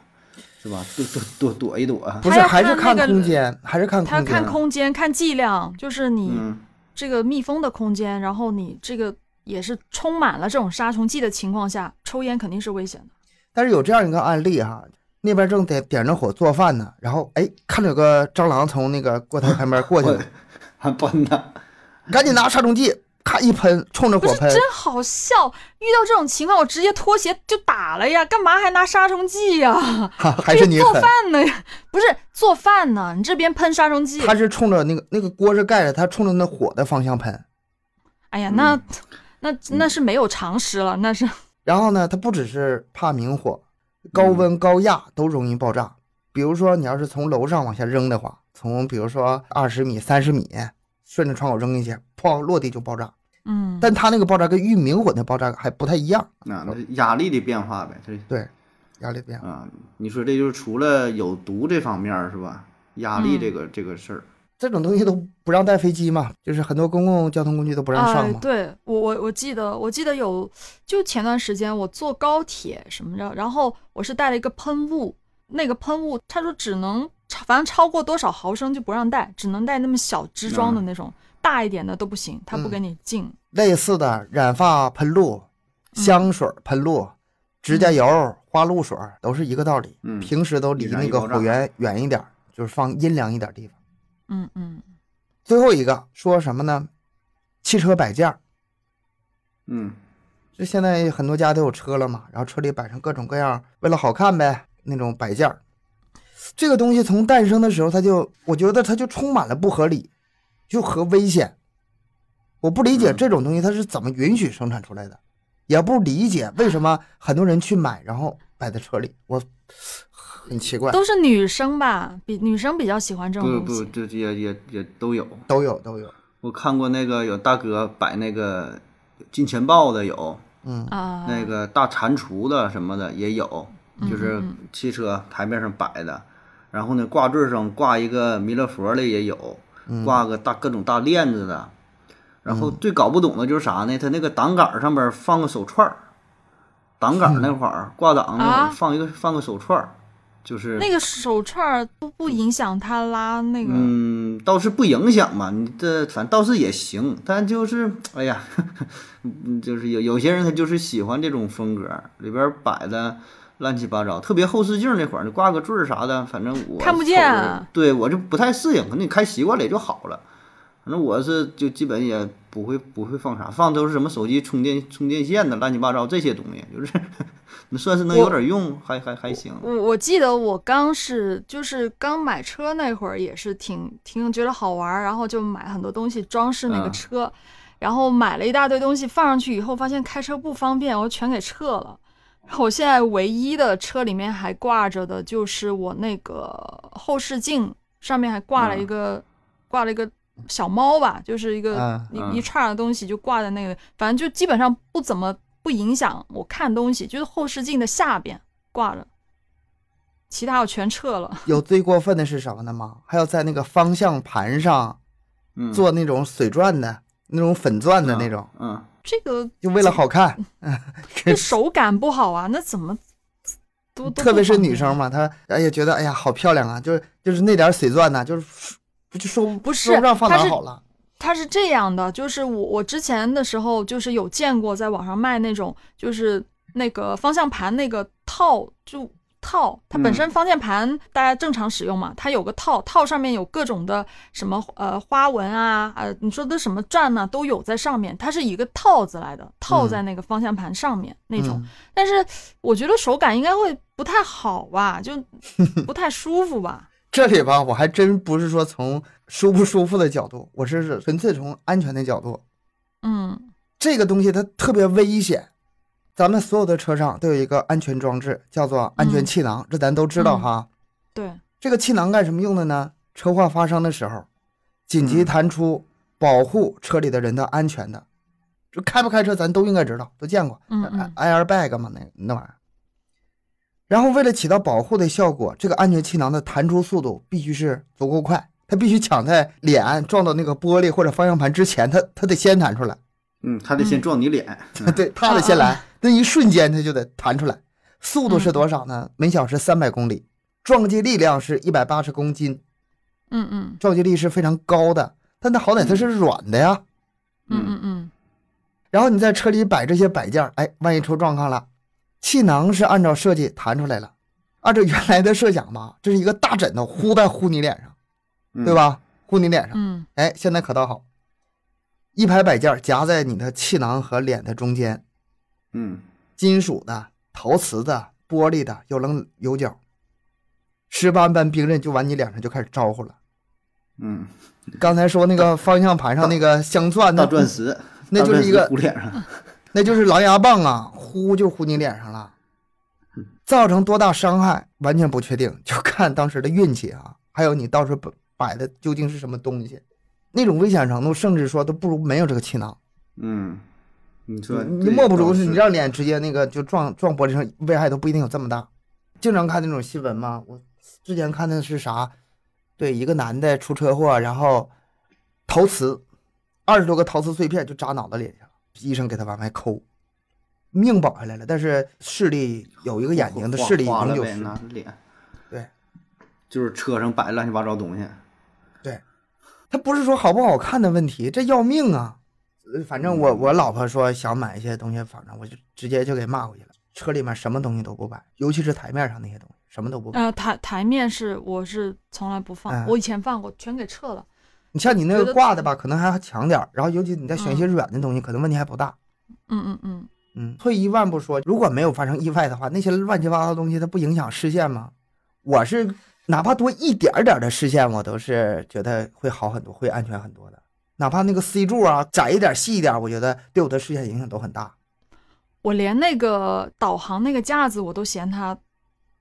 S3: 是吧？多多多躲一躲啊。
S1: 不
S2: 他
S1: 是，
S2: 要
S1: 还是
S2: 看那
S1: 看
S2: 个
S1: 空间，还是看
S2: 它
S1: 空
S2: 看
S1: 间。啊
S2: 空间，看剂量，就是你
S3: 嗯
S2: 这个密封的空间，然后你这个也是充满了这种杀虫剂的情况下，抽烟肯定是危险的。
S1: 但是有这样一个案例哈，那边正点点着火做饭呢，然后哎，看着有个蟑螂从那个锅台旁边过去了，
S3: 还喷呢。
S1: 赶紧拿杀虫剂，咔一喷，冲着
S2: 不
S1: 火
S2: 是
S1: 喷。
S2: 真好笑，遇到这种情况，我直接拖鞋就打了呀，干嘛还拿杀虫剂呀？
S1: 哈，还是你
S2: 做
S1: 狠。
S2: 饭呢，不是做饭呢，你这边喷杀虫剂，
S1: 他是冲着那个那个锅是盖着，他冲着那火的方向喷。
S2: 哎呀，
S3: 嗯
S2: 那、那那是没有常识了，那是
S1: 然后呢，它不只是怕明火，高
S3: 嗯
S1: 温高压都容易爆炸。比如说，你要是从楼上往下扔的话，从比如说二十米、三十米，顺着窗口扔进去，砰，落地就爆炸。
S2: 嗯，
S1: 但它那个爆炸跟遇明火的爆炸还不太一样，
S3: 那啊那是压力的变化呗，这
S1: 对，压力变化。
S3: 啊，你说这就是除了有毒这方面儿是吧？压力这
S2: 嗯
S3: 个、这个事儿，
S1: 这种东西都不让带飞机嘛，就是很多公共交通工具都不让上
S2: 哎，
S3: 啊
S1: 嘛。
S2: 对我我我记得我记得有，就前段时间我坐高铁什么的，然后我是带了一个喷雾，那个喷雾他说只能超反正超过多少毫升就不让带，只能带那么小支装的那种，大一点的都不行，他不给你进。
S1: 类似的染发喷露、
S3: 嗯
S1: 香水喷露、指甲油、花露水都是一个道理。
S3: 嗯
S1: 平时都离
S3: 易燃
S1: 那
S3: 易
S1: 个
S3: 爆炸
S1: 火源远一点儿，就是放阴凉一点儿地方。
S2: 嗯嗯
S1: 最后一个说什么呢？汽车摆件儿，
S3: 嗯
S1: 这现在很多家都有车了嘛，然后车里摆上各种各样，为了好看呗那种摆件儿。这个东西从诞生的时候，它就我觉得它就充满了不合理，就和危险。我不理解
S3: 嗯
S1: 这种东西它是怎么允许生产出来的，也不理解为什么很多人去买，然后摆在车里，我很奇怪。
S2: 都是女生吧，比女生比较喜欢这
S3: 不
S2: 种东
S3: 不，
S2: 西。
S3: 这也也也都有。
S1: 都有都有，
S3: 我看过那个有大哥摆那个金钱豹的有，
S1: 嗯，
S2: 啊，
S3: 那个大蟾蜍的什么的也有，就是
S2: 嗯嗯
S3: 汽车台面上摆的。然后呢，挂坠上挂一个弥勒佛的也有，挂个大各种大链子的。然后最搞不懂的就是啥呢？它那个挡杆上边放个手串儿，挡杆那块儿挂档那块
S2: 嗯啊
S3: 儿放一个放个手串儿，就是
S2: 那个手串儿不不影响他拉那个，
S3: 嗯，倒是不影响吧，你这反正倒是也行，但就是哎呀， 嗯就是有有些人他就是喜欢这种风格，里边摆的乱七八糟，特别后视镜那块儿，你挂个坠儿啥的，反正我
S2: 看不见
S3: 瞅着
S2: 啊
S3: 对我就不太适应，可能你开习惯了也就好了。反正我是就基本也不会不会放啥，放都是什么手机充电充电线的乱七八糟这些东西，就是 你算是能有
S2: 我
S3: 点用，还还还行。
S2: 我我记得我刚是就是刚买车那会儿也是挺挺觉得好玩儿，然后就买很多东西装饰那个
S3: 嗯
S2: 车，然后买了一大堆东西放上去以后，发现开车不方便，我全给撤了。然后我现在唯一的车里面还挂着的就是我那个后视镜上面还挂了一
S3: 嗯
S2: 个、挂了一个小猫吧，就是一个、
S1: 嗯
S2: 一、
S3: 嗯
S2: 一串儿的东西就挂在那个，反正就基本上不怎么不影响我看东西，就是后视镜的下边挂着。其他我全撤了。
S1: 有最过分的是什么呢吗？还有在那个方向盘上
S3: 嗯，
S1: 做那种水钻的、那种粉钻的那种，
S3: 嗯，
S2: 这个
S1: 就为了好看，
S2: 这手感不好啊，那怎么 都都
S1: 特别
S2: 不
S1: 是
S2: 方
S1: 女
S2: 便
S1: 生嘛，她哎呀觉得哎呀好漂亮啊，就是就是那点儿水钻呐、就是不就说
S2: 不
S1: 说
S2: 是
S1: 让放
S2: 她
S1: 哪儿
S2: 是
S1: 好了，
S2: 它是这样的，就是我我之前的时候就是有见过在网上卖那种，就是那个方向盘那个套就套，它
S1: 嗯
S2: 本身方向盘大家正常使用嘛，它有个套，套上面有各种的什么呃花纹啊，呃你说的什么钻呐、都有在上面，它是一个套子来的，套
S1: 嗯
S2: 在那个方向盘上面、那种。
S1: 嗯
S2: 但是我觉得手感应该会不太好 吧，就不太舒服吧。
S1: 这里吧，我还真不是说从舒不舒服的角度，我是纯粹从安全的角度。
S2: 嗯
S1: 这个东西它特别危险，咱们所有的车上都有一个安全装置，叫做安全
S2: 嗯
S1: 气囊，这咱都知道
S2: 嗯
S1: 哈。
S2: 对，
S1: 这个气囊干什么用的呢？车祸发生的时候，紧急弹出保护车里的人的安全的。这开不开车咱都应该知道，都见过。
S2: 嗯嗯
S1: airbag 嘛，那那玩意儿。然后为了起到保护的效果，这个安全气囊的弹出速度必须是足够快，它必须抢在脸撞到那个玻璃或者方向盘之前，它它得先弹出来，
S3: 嗯，他得先撞你脸，
S1: 对，它得先来，那一瞬间它就得弹出来。速度是多少呢？每小时三百公里，撞击力量是一百八十公斤，
S2: 嗯嗯
S1: 撞击力是非常高的，但它好歹它是软的呀。
S2: 嗯嗯嗯，
S1: 然后你在车里摆这些摆件儿，哎，万一出状况了，气囊是按照设计弹出来了，按照原来的设想吧，这是一个大枕头呼的呼你脸上，
S3: 嗯
S1: 对？吧？呼你脸上，
S2: 嗯
S1: 哎，现在可倒好，一排摆件儿夹在你的气囊和脸的中间，
S3: 嗯
S1: 金属的、陶瓷的、玻璃的，有棱有角，十八般兵刃就往你脸上就开始招呼了。
S3: 嗯，
S1: 刚才说那个方向盘上那个镶钻
S3: 大
S1: 那
S3: 钻石，
S1: 那
S3: 大
S1: 就是
S3: 钻
S1: 一
S3: 石
S1: 个
S3: 糊脸上，
S1: 那就是狼牙棒啊，呼就呼你脸上了，造成多大伤害完全不确定，就看当时的运气啊，还有你到时候摆摆的究竟是什么东西，那种危险程度，甚至说都不如没有这个气囊，
S3: 嗯，你说
S1: 你
S3: 对
S1: 莫不如
S3: 倒
S1: 是
S3: 是
S1: 你让脸直接那个就撞撞玻璃上，危害都不一定有这么大。经常看那种新闻嘛，我之前看的是啥？对，一个男的出车祸，然后陶瓷二十多个陶瓷碎片就扎脑袋里去了，医生给他往外抠，命保下来了，但是视力有一个眼睛的视力
S3: 花
S1: 永
S3: 了
S1: 久
S3: 呗，
S1: 失
S3: 拿
S1: 明。
S3: 着脸，
S1: 对，
S3: 就是车上摆乱七八糟东西，
S1: 他不是说好不好看的问题，这要命啊！呃反正我我老婆说想买一些东西，反正我就直接就给骂回去了。车里面什么东西都不摆，尤其是台面上那些东西，什么都不摆。
S2: 呃，台台面是我是从来不放，
S1: 嗯
S2: 我以前放过，全给撤了。
S1: 你像你那
S2: 觉
S1: 个
S2: 得
S1: 挂的吧，可能还强点儿，然后尤其你再选一些软的东西，可能问题还不大。
S2: 嗯嗯嗯，
S1: 嗯，退一万步说，如果没有发生意外的话，那些乱七八糟的东西它不影响视线吗？我是哪怕多一点儿点儿的视线，我都是觉得会好很多，会安全很多的。哪怕那个 C 柱啊窄一点、细一点，我觉得对我的视线影响都很大。
S2: 我连那个导航那个架子我都嫌它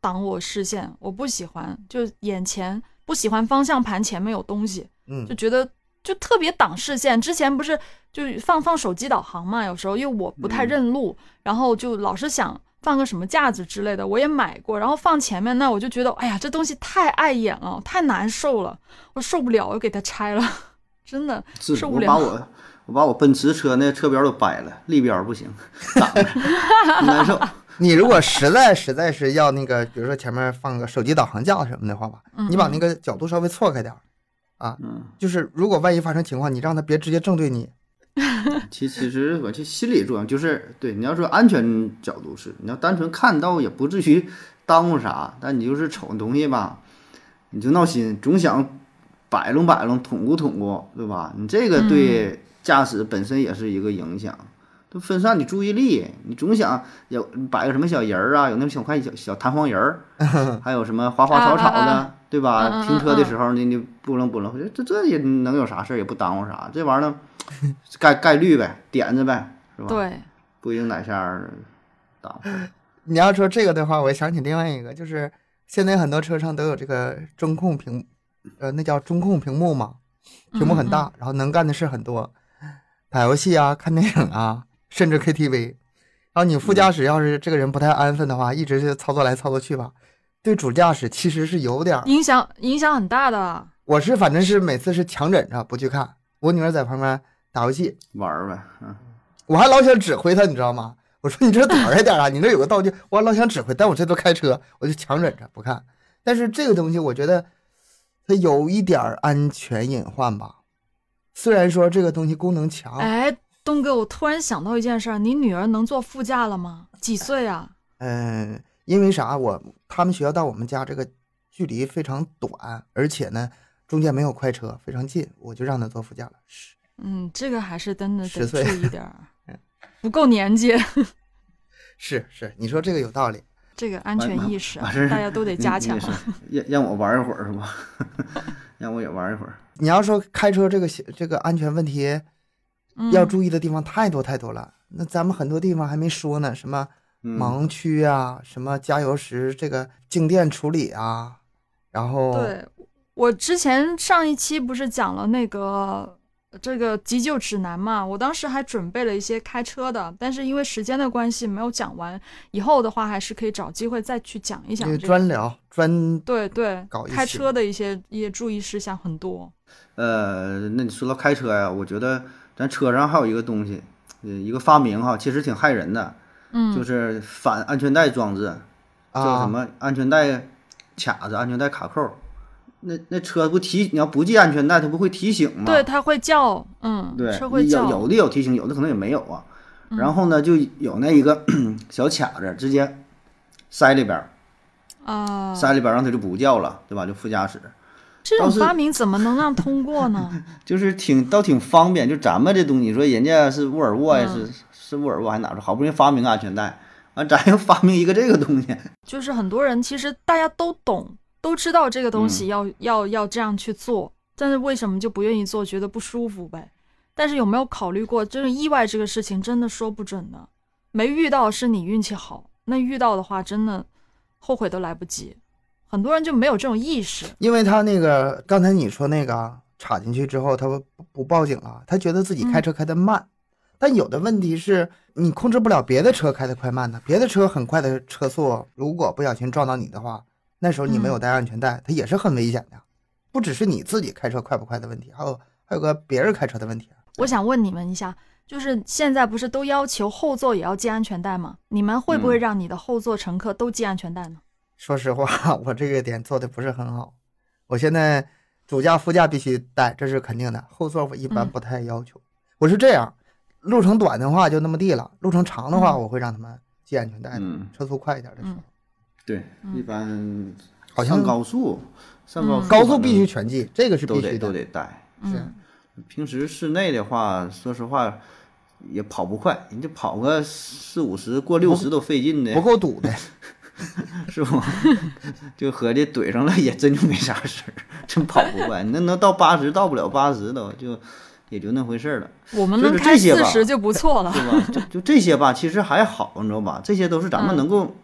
S2: 挡我视线，我不喜欢，就眼前不喜欢方向盘前面有东西，
S1: 嗯
S2: 就觉得就特别挡视线。之前不是就放放手机导航嘛，有时候因为我不太
S3: 嗯
S2: 认路，然后就老是想放个什么架子之类的，我也买过，然后放前面那我就觉得，哎呀，这东西太碍眼了，太难受了，我受不了，我给它拆了， 真的
S3: 是
S2: 受不
S3: 我把
S2: 了。
S3: 我我把我奔驰车那车标都掰了，立标不行，挡着 难受。
S1: 你如果实在实在是要那个，比如说前面放个手机导航架什么的话吧，你把那个角度稍微错开点儿，啊，
S3: 嗯，
S1: 就是如果万一发生情况，你让它别直接正对你，
S3: 其其实我这心理作用就是对你要说安全角度是，你要单纯看到也不至于耽误啥，但你就是瞅东西吧，你就闹心，总想摆弄摆弄，捅咕捅咕，对吧？你这个对驾驶本身也是一个影响。就分散你注意力，你总想有摆个什么小人儿啊，有那种小看小小弹簧人儿，还有什么花花草草的，
S2: 啊啊啊
S3: 对
S2: 嗯嗯
S3: 吧？
S2: 嗯
S3: 停车的时候你你不楞不楞，我觉得这这也能有啥事儿，也不耽误啥。这玩意儿呢 概概率呗，点子呗，是吧？，
S2: 对，
S3: 不一定哪下儿耽误。
S1: 你要说这个的话，我想起另外一个，就是现在很多车上都有这个中控屏，呃，那叫中控屏幕嘛，屏幕很大，然后能干的事很多，打游戏啊、看电影啊，甚至 KTV。然后你副驾驶要是这个人不太安分的话，一直就操作来操作去吧，对主驾驶其实是有点儿。
S2: 影响影响很大的。
S1: 我是反正是每次是强忍着不去看，我女儿在旁边打游戏，
S3: 玩儿呗，嗯，
S1: 我还老想指挥她，你知道吗？我说你这打开点啊， 你这有个道具，我老想指挥，但我这都开车，我就强忍着不看。但是这个东西，我觉得它有一点儿安全隐患吧。虽然说这个东西功能强，
S2: 哎，东哥，我突然想到一件事儿，你女儿能坐副驾了吗？几岁啊？
S1: 嗯，因为啥？我他们学校到我们家这个距离非常短，而且呢，中间没有快车，非常近，我就让他坐副驾了。是，
S2: 嗯，这个还是真的得
S1: 10岁
S2: 注意点 儿，不够年纪，
S1: 是是，你说这个有道理。
S2: 这个安全意识啊
S3: 完事儿
S2: 大家都得加强
S3: 嗯
S2: 啊
S3: 你。你也是让让我玩一会儿是吧？ 让我也玩一会儿。
S1: 你要说开车这个小这个安全问题
S2: 嗯
S1: 要注意的地方太多太多了，那咱们很多地方还没说呢，什么
S3: 嗯，
S1: 盲区啊，什么加油时这个静电处理啊，然后
S3: 哦
S2: 对，我之前上一期不是讲了那个这个急救指南嘛，我当时还准备了一些开车的，但是因为时间的关系没有讲完，以后的话还是可以找机会再去讲一讲
S1: 这个
S2: 这个。
S1: 专聊专
S2: 对对
S1: 搞，一
S2: 开
S1: 期
S2: 车的一些一些注意事项很多。
S3: 呃，那你说到开车呀，我觉得咱车上还有一个东西，呃，一个发明哈，其实挺害人的，
S2: 嗯，
S3: 就是反安全带装置，叫什
S1: 啊，
S3: 么安全带卡子、安全带卡扣。那那车不提，你要不系安全带，它不会提醒吗？
S2: 对，它会叫，嗯，
S3: 嗯啊对
S2: 车会
S3: 有
S2: 叫，嗯
S3: 有的有提醒，有的可能也没有啊。然后呢，就有那一个 小卡子，直接塞里边儿，
S2: 啊、
S3: 塞里边儿，让它就不叫了，对吧？就副驾驶，
S2: 这
S3: 倒
S2: 种
S3: 是
S2: 发明怎么能让通过 呢？
S3: 就是挺倒挺方便。就咱们这东西，你说人家是沃尔沃呀，
S2: 嗯
S3: 是是沃尔沃还是哪儿？好不容易发明个安全带，完咱又发明一个这个东西，
S2: 就是很多人其实大家都懂，都知道这个东
S3: 嗯
S2: 西要、要要这样去做，但是为什么就不愿意做，觉得不舒服呗？但是有没有考虑过，就是意外这个事情真的说不准的，没遇到是你运气好，那遇到的话真的后悔都来不及。很多人就没有这种意识，
S1: 因为他那个刚才你说那个啊插进去之后，他不不报警了，他觉得自己开车开得慢，但有的问题是你控制不了别的车开得快慢的，别的车很快的车速，如果不小心撞到你的话，那时候你没有
S2: 嗯
S1: 带安全带，它也是很危险的，不只是你自己开车快不快的问题，还有还有个别人开车的问题。
S2: 我想问你们一下，就是现在不是都要求后座也要系安全带吗？你们会不会
S3: 嗯
S2: 让你的后座乘客都系安全带呢？
S1: 说实话， 我这个点做的不是很好，我现在主驾、副驾必须带，这是肯定的，后座我一般
S2: 嗯
S1: 不太要求。我是这样，路程短的话就那么地了，路程长的话
S2: 嗯
S1: 我会让他们系安全带的，
S3: 嗯
S1: 车速快一点的时候，
S2: 嗯
S3: 对，一般
S1: 好像
S3: 上高速，上高
S2: 嗯
S3: 速
S1: 高
S3: 好
S1: 速
S3: 像
S1: 必须全系，这个是
S3: 都
S1: 必
S3: 得
S1: 须
S3: 都
S1: 的。
S3: 得带。
S1: 是
S2: 嗯，
S3: 平时室内的话，说实话也跑不快，人家跑个四五十、过六十都费劲
S1: 不
S3: 的，
S1: 够堵的，
S3: 是不？ 就合计怼上了也真就没啥事儿， 真跑不快。那能到八十，到不了八十都就也就那回事儿了，
S2: 我们
S3: 就是
S2: 能开
S3: 这些
S2: 四
S3: 吧
S2: 十就不错了。
S3: 对吧？就 就这些吧，其实还好，你知道吧？这些都是咱们能够、
S1: 嗯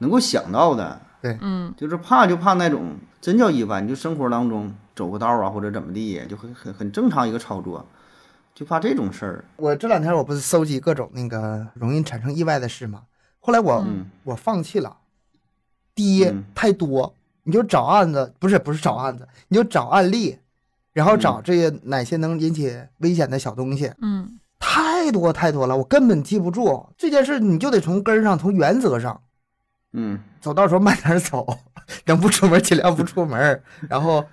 S3: 能够想到的，
S2: 嗯，
S3: 就是怕就怕那种真叫意外，你就生活当中走个道儿啊或者怎么地，就很很很正常一个操作，就怕这种事儿。
S1: 我这两天我不是搜集各种那个容易产生意外的事吗？后来我、
S3: 嗯
S1: 我放弃了，第一、
S3: 嗯
S1: 太多，你就找案子，不是不是找案子，你就找案例，然后找这些哪些能引起危险的小东西，
S2: 嗯，
S1: 太多太多了，我根本记不住这件事，你就得从根儿上，从原则上
S3: 嗯。
S1: 走，到时候慢点儿走，能不出门尽量不出门儿，然后。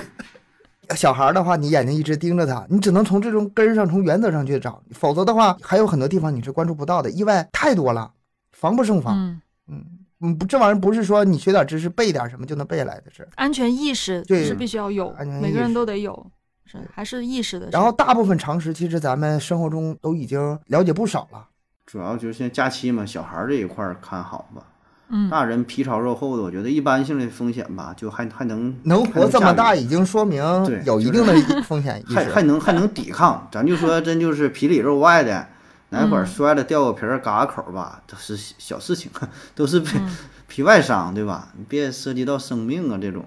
S1: 小孩儿的话，你眼睛一直盯着他，你只能从这种根儿上、从原则上去找，否则的话，还有很多地方你是关注不到的。意外太多了，防不胜防。
S2: 嗯，
S1: 嗯嗯，不，这玩意儿不是说你学点知识背点什么就能背来的事儿。
S2: 安全意识
S1: 对
S2: 是必须要有
S1: 安全，
S2: 每
S1: 意
S2: 个人
S1: 识
S2: 都得有，是还是意识的事。
S1: 然后大部分常识其实咱们生活中都已经了解不少了。
S3: 主要就是现在假期嘛，小孩儿这一块儿看好吧。
S2: 嗯，
S3: 大人皮糙肉厚的，我觉得一般性的风险吧，就还还能
S1: 能活这么大，
S3: 还能驾驭
S1: 已经说明
S3: 对
S1: 有一定 的风险意
S3: 还还
S1: 识。
S3: 能还能抵抗。咱就说真就是皮里肉外的，哪会儿摔了掉个皮儿、嘎个口儿吧，都是小事情， 都是皮、皮外伤，对吧？你别涉及到生命啊这种。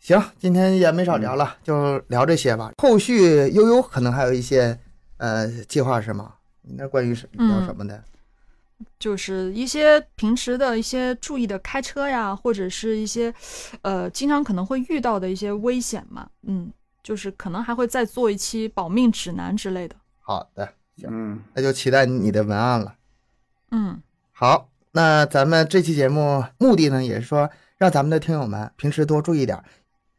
S1: 行，今天也没少聊了，就聊这些吧。后续悠悠可能还有一些呃计划是吗？你那关于是聊什么的？
S2: 就是一些平时的一些注意的开车呀，或者是一些，呃，经常可能会遇到的一些危险嘛，嗯，就是可能还会再做一期保命指南之类的。
S1: 好的，行，
S3: 嗯，
S1: 那就期待你的文案了。
S2: 嗯，
S1: 好，那咱们这期节目目的呢，也是说让咱们的听友们平时多注意点儿。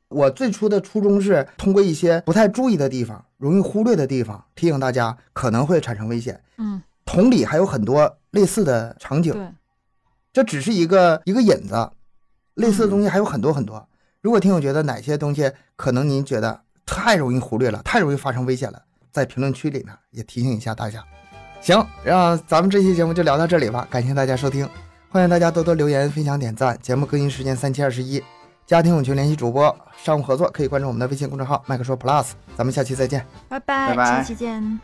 S1: 我最初的初衷是通过一些不太注意的地方、容易忽略的地方，提醒大家可能会产生危险。
S2: 嗯，
S1: 同理，还有很多类似的场景，
S2: 对，
S1: 这只是一个一个引子，类似的东西还有很多很多。如果听友觉得哪些东西可能您觉得太容易忽略了，太容易发生危险了，在评论区里呢也提醒一下大家。行，让咱们这期节目就聊到这里吧，感谢大家收听，欢迎大家多多留言、分享、点赞。节目更新时间三七二十一，家庭友群联系主播，商务合作可以关注我们的微信公众号“麦克说 Plus”。咱们下期再见。
S2: 拜拜
S3: 拜拜
S2: 下期见。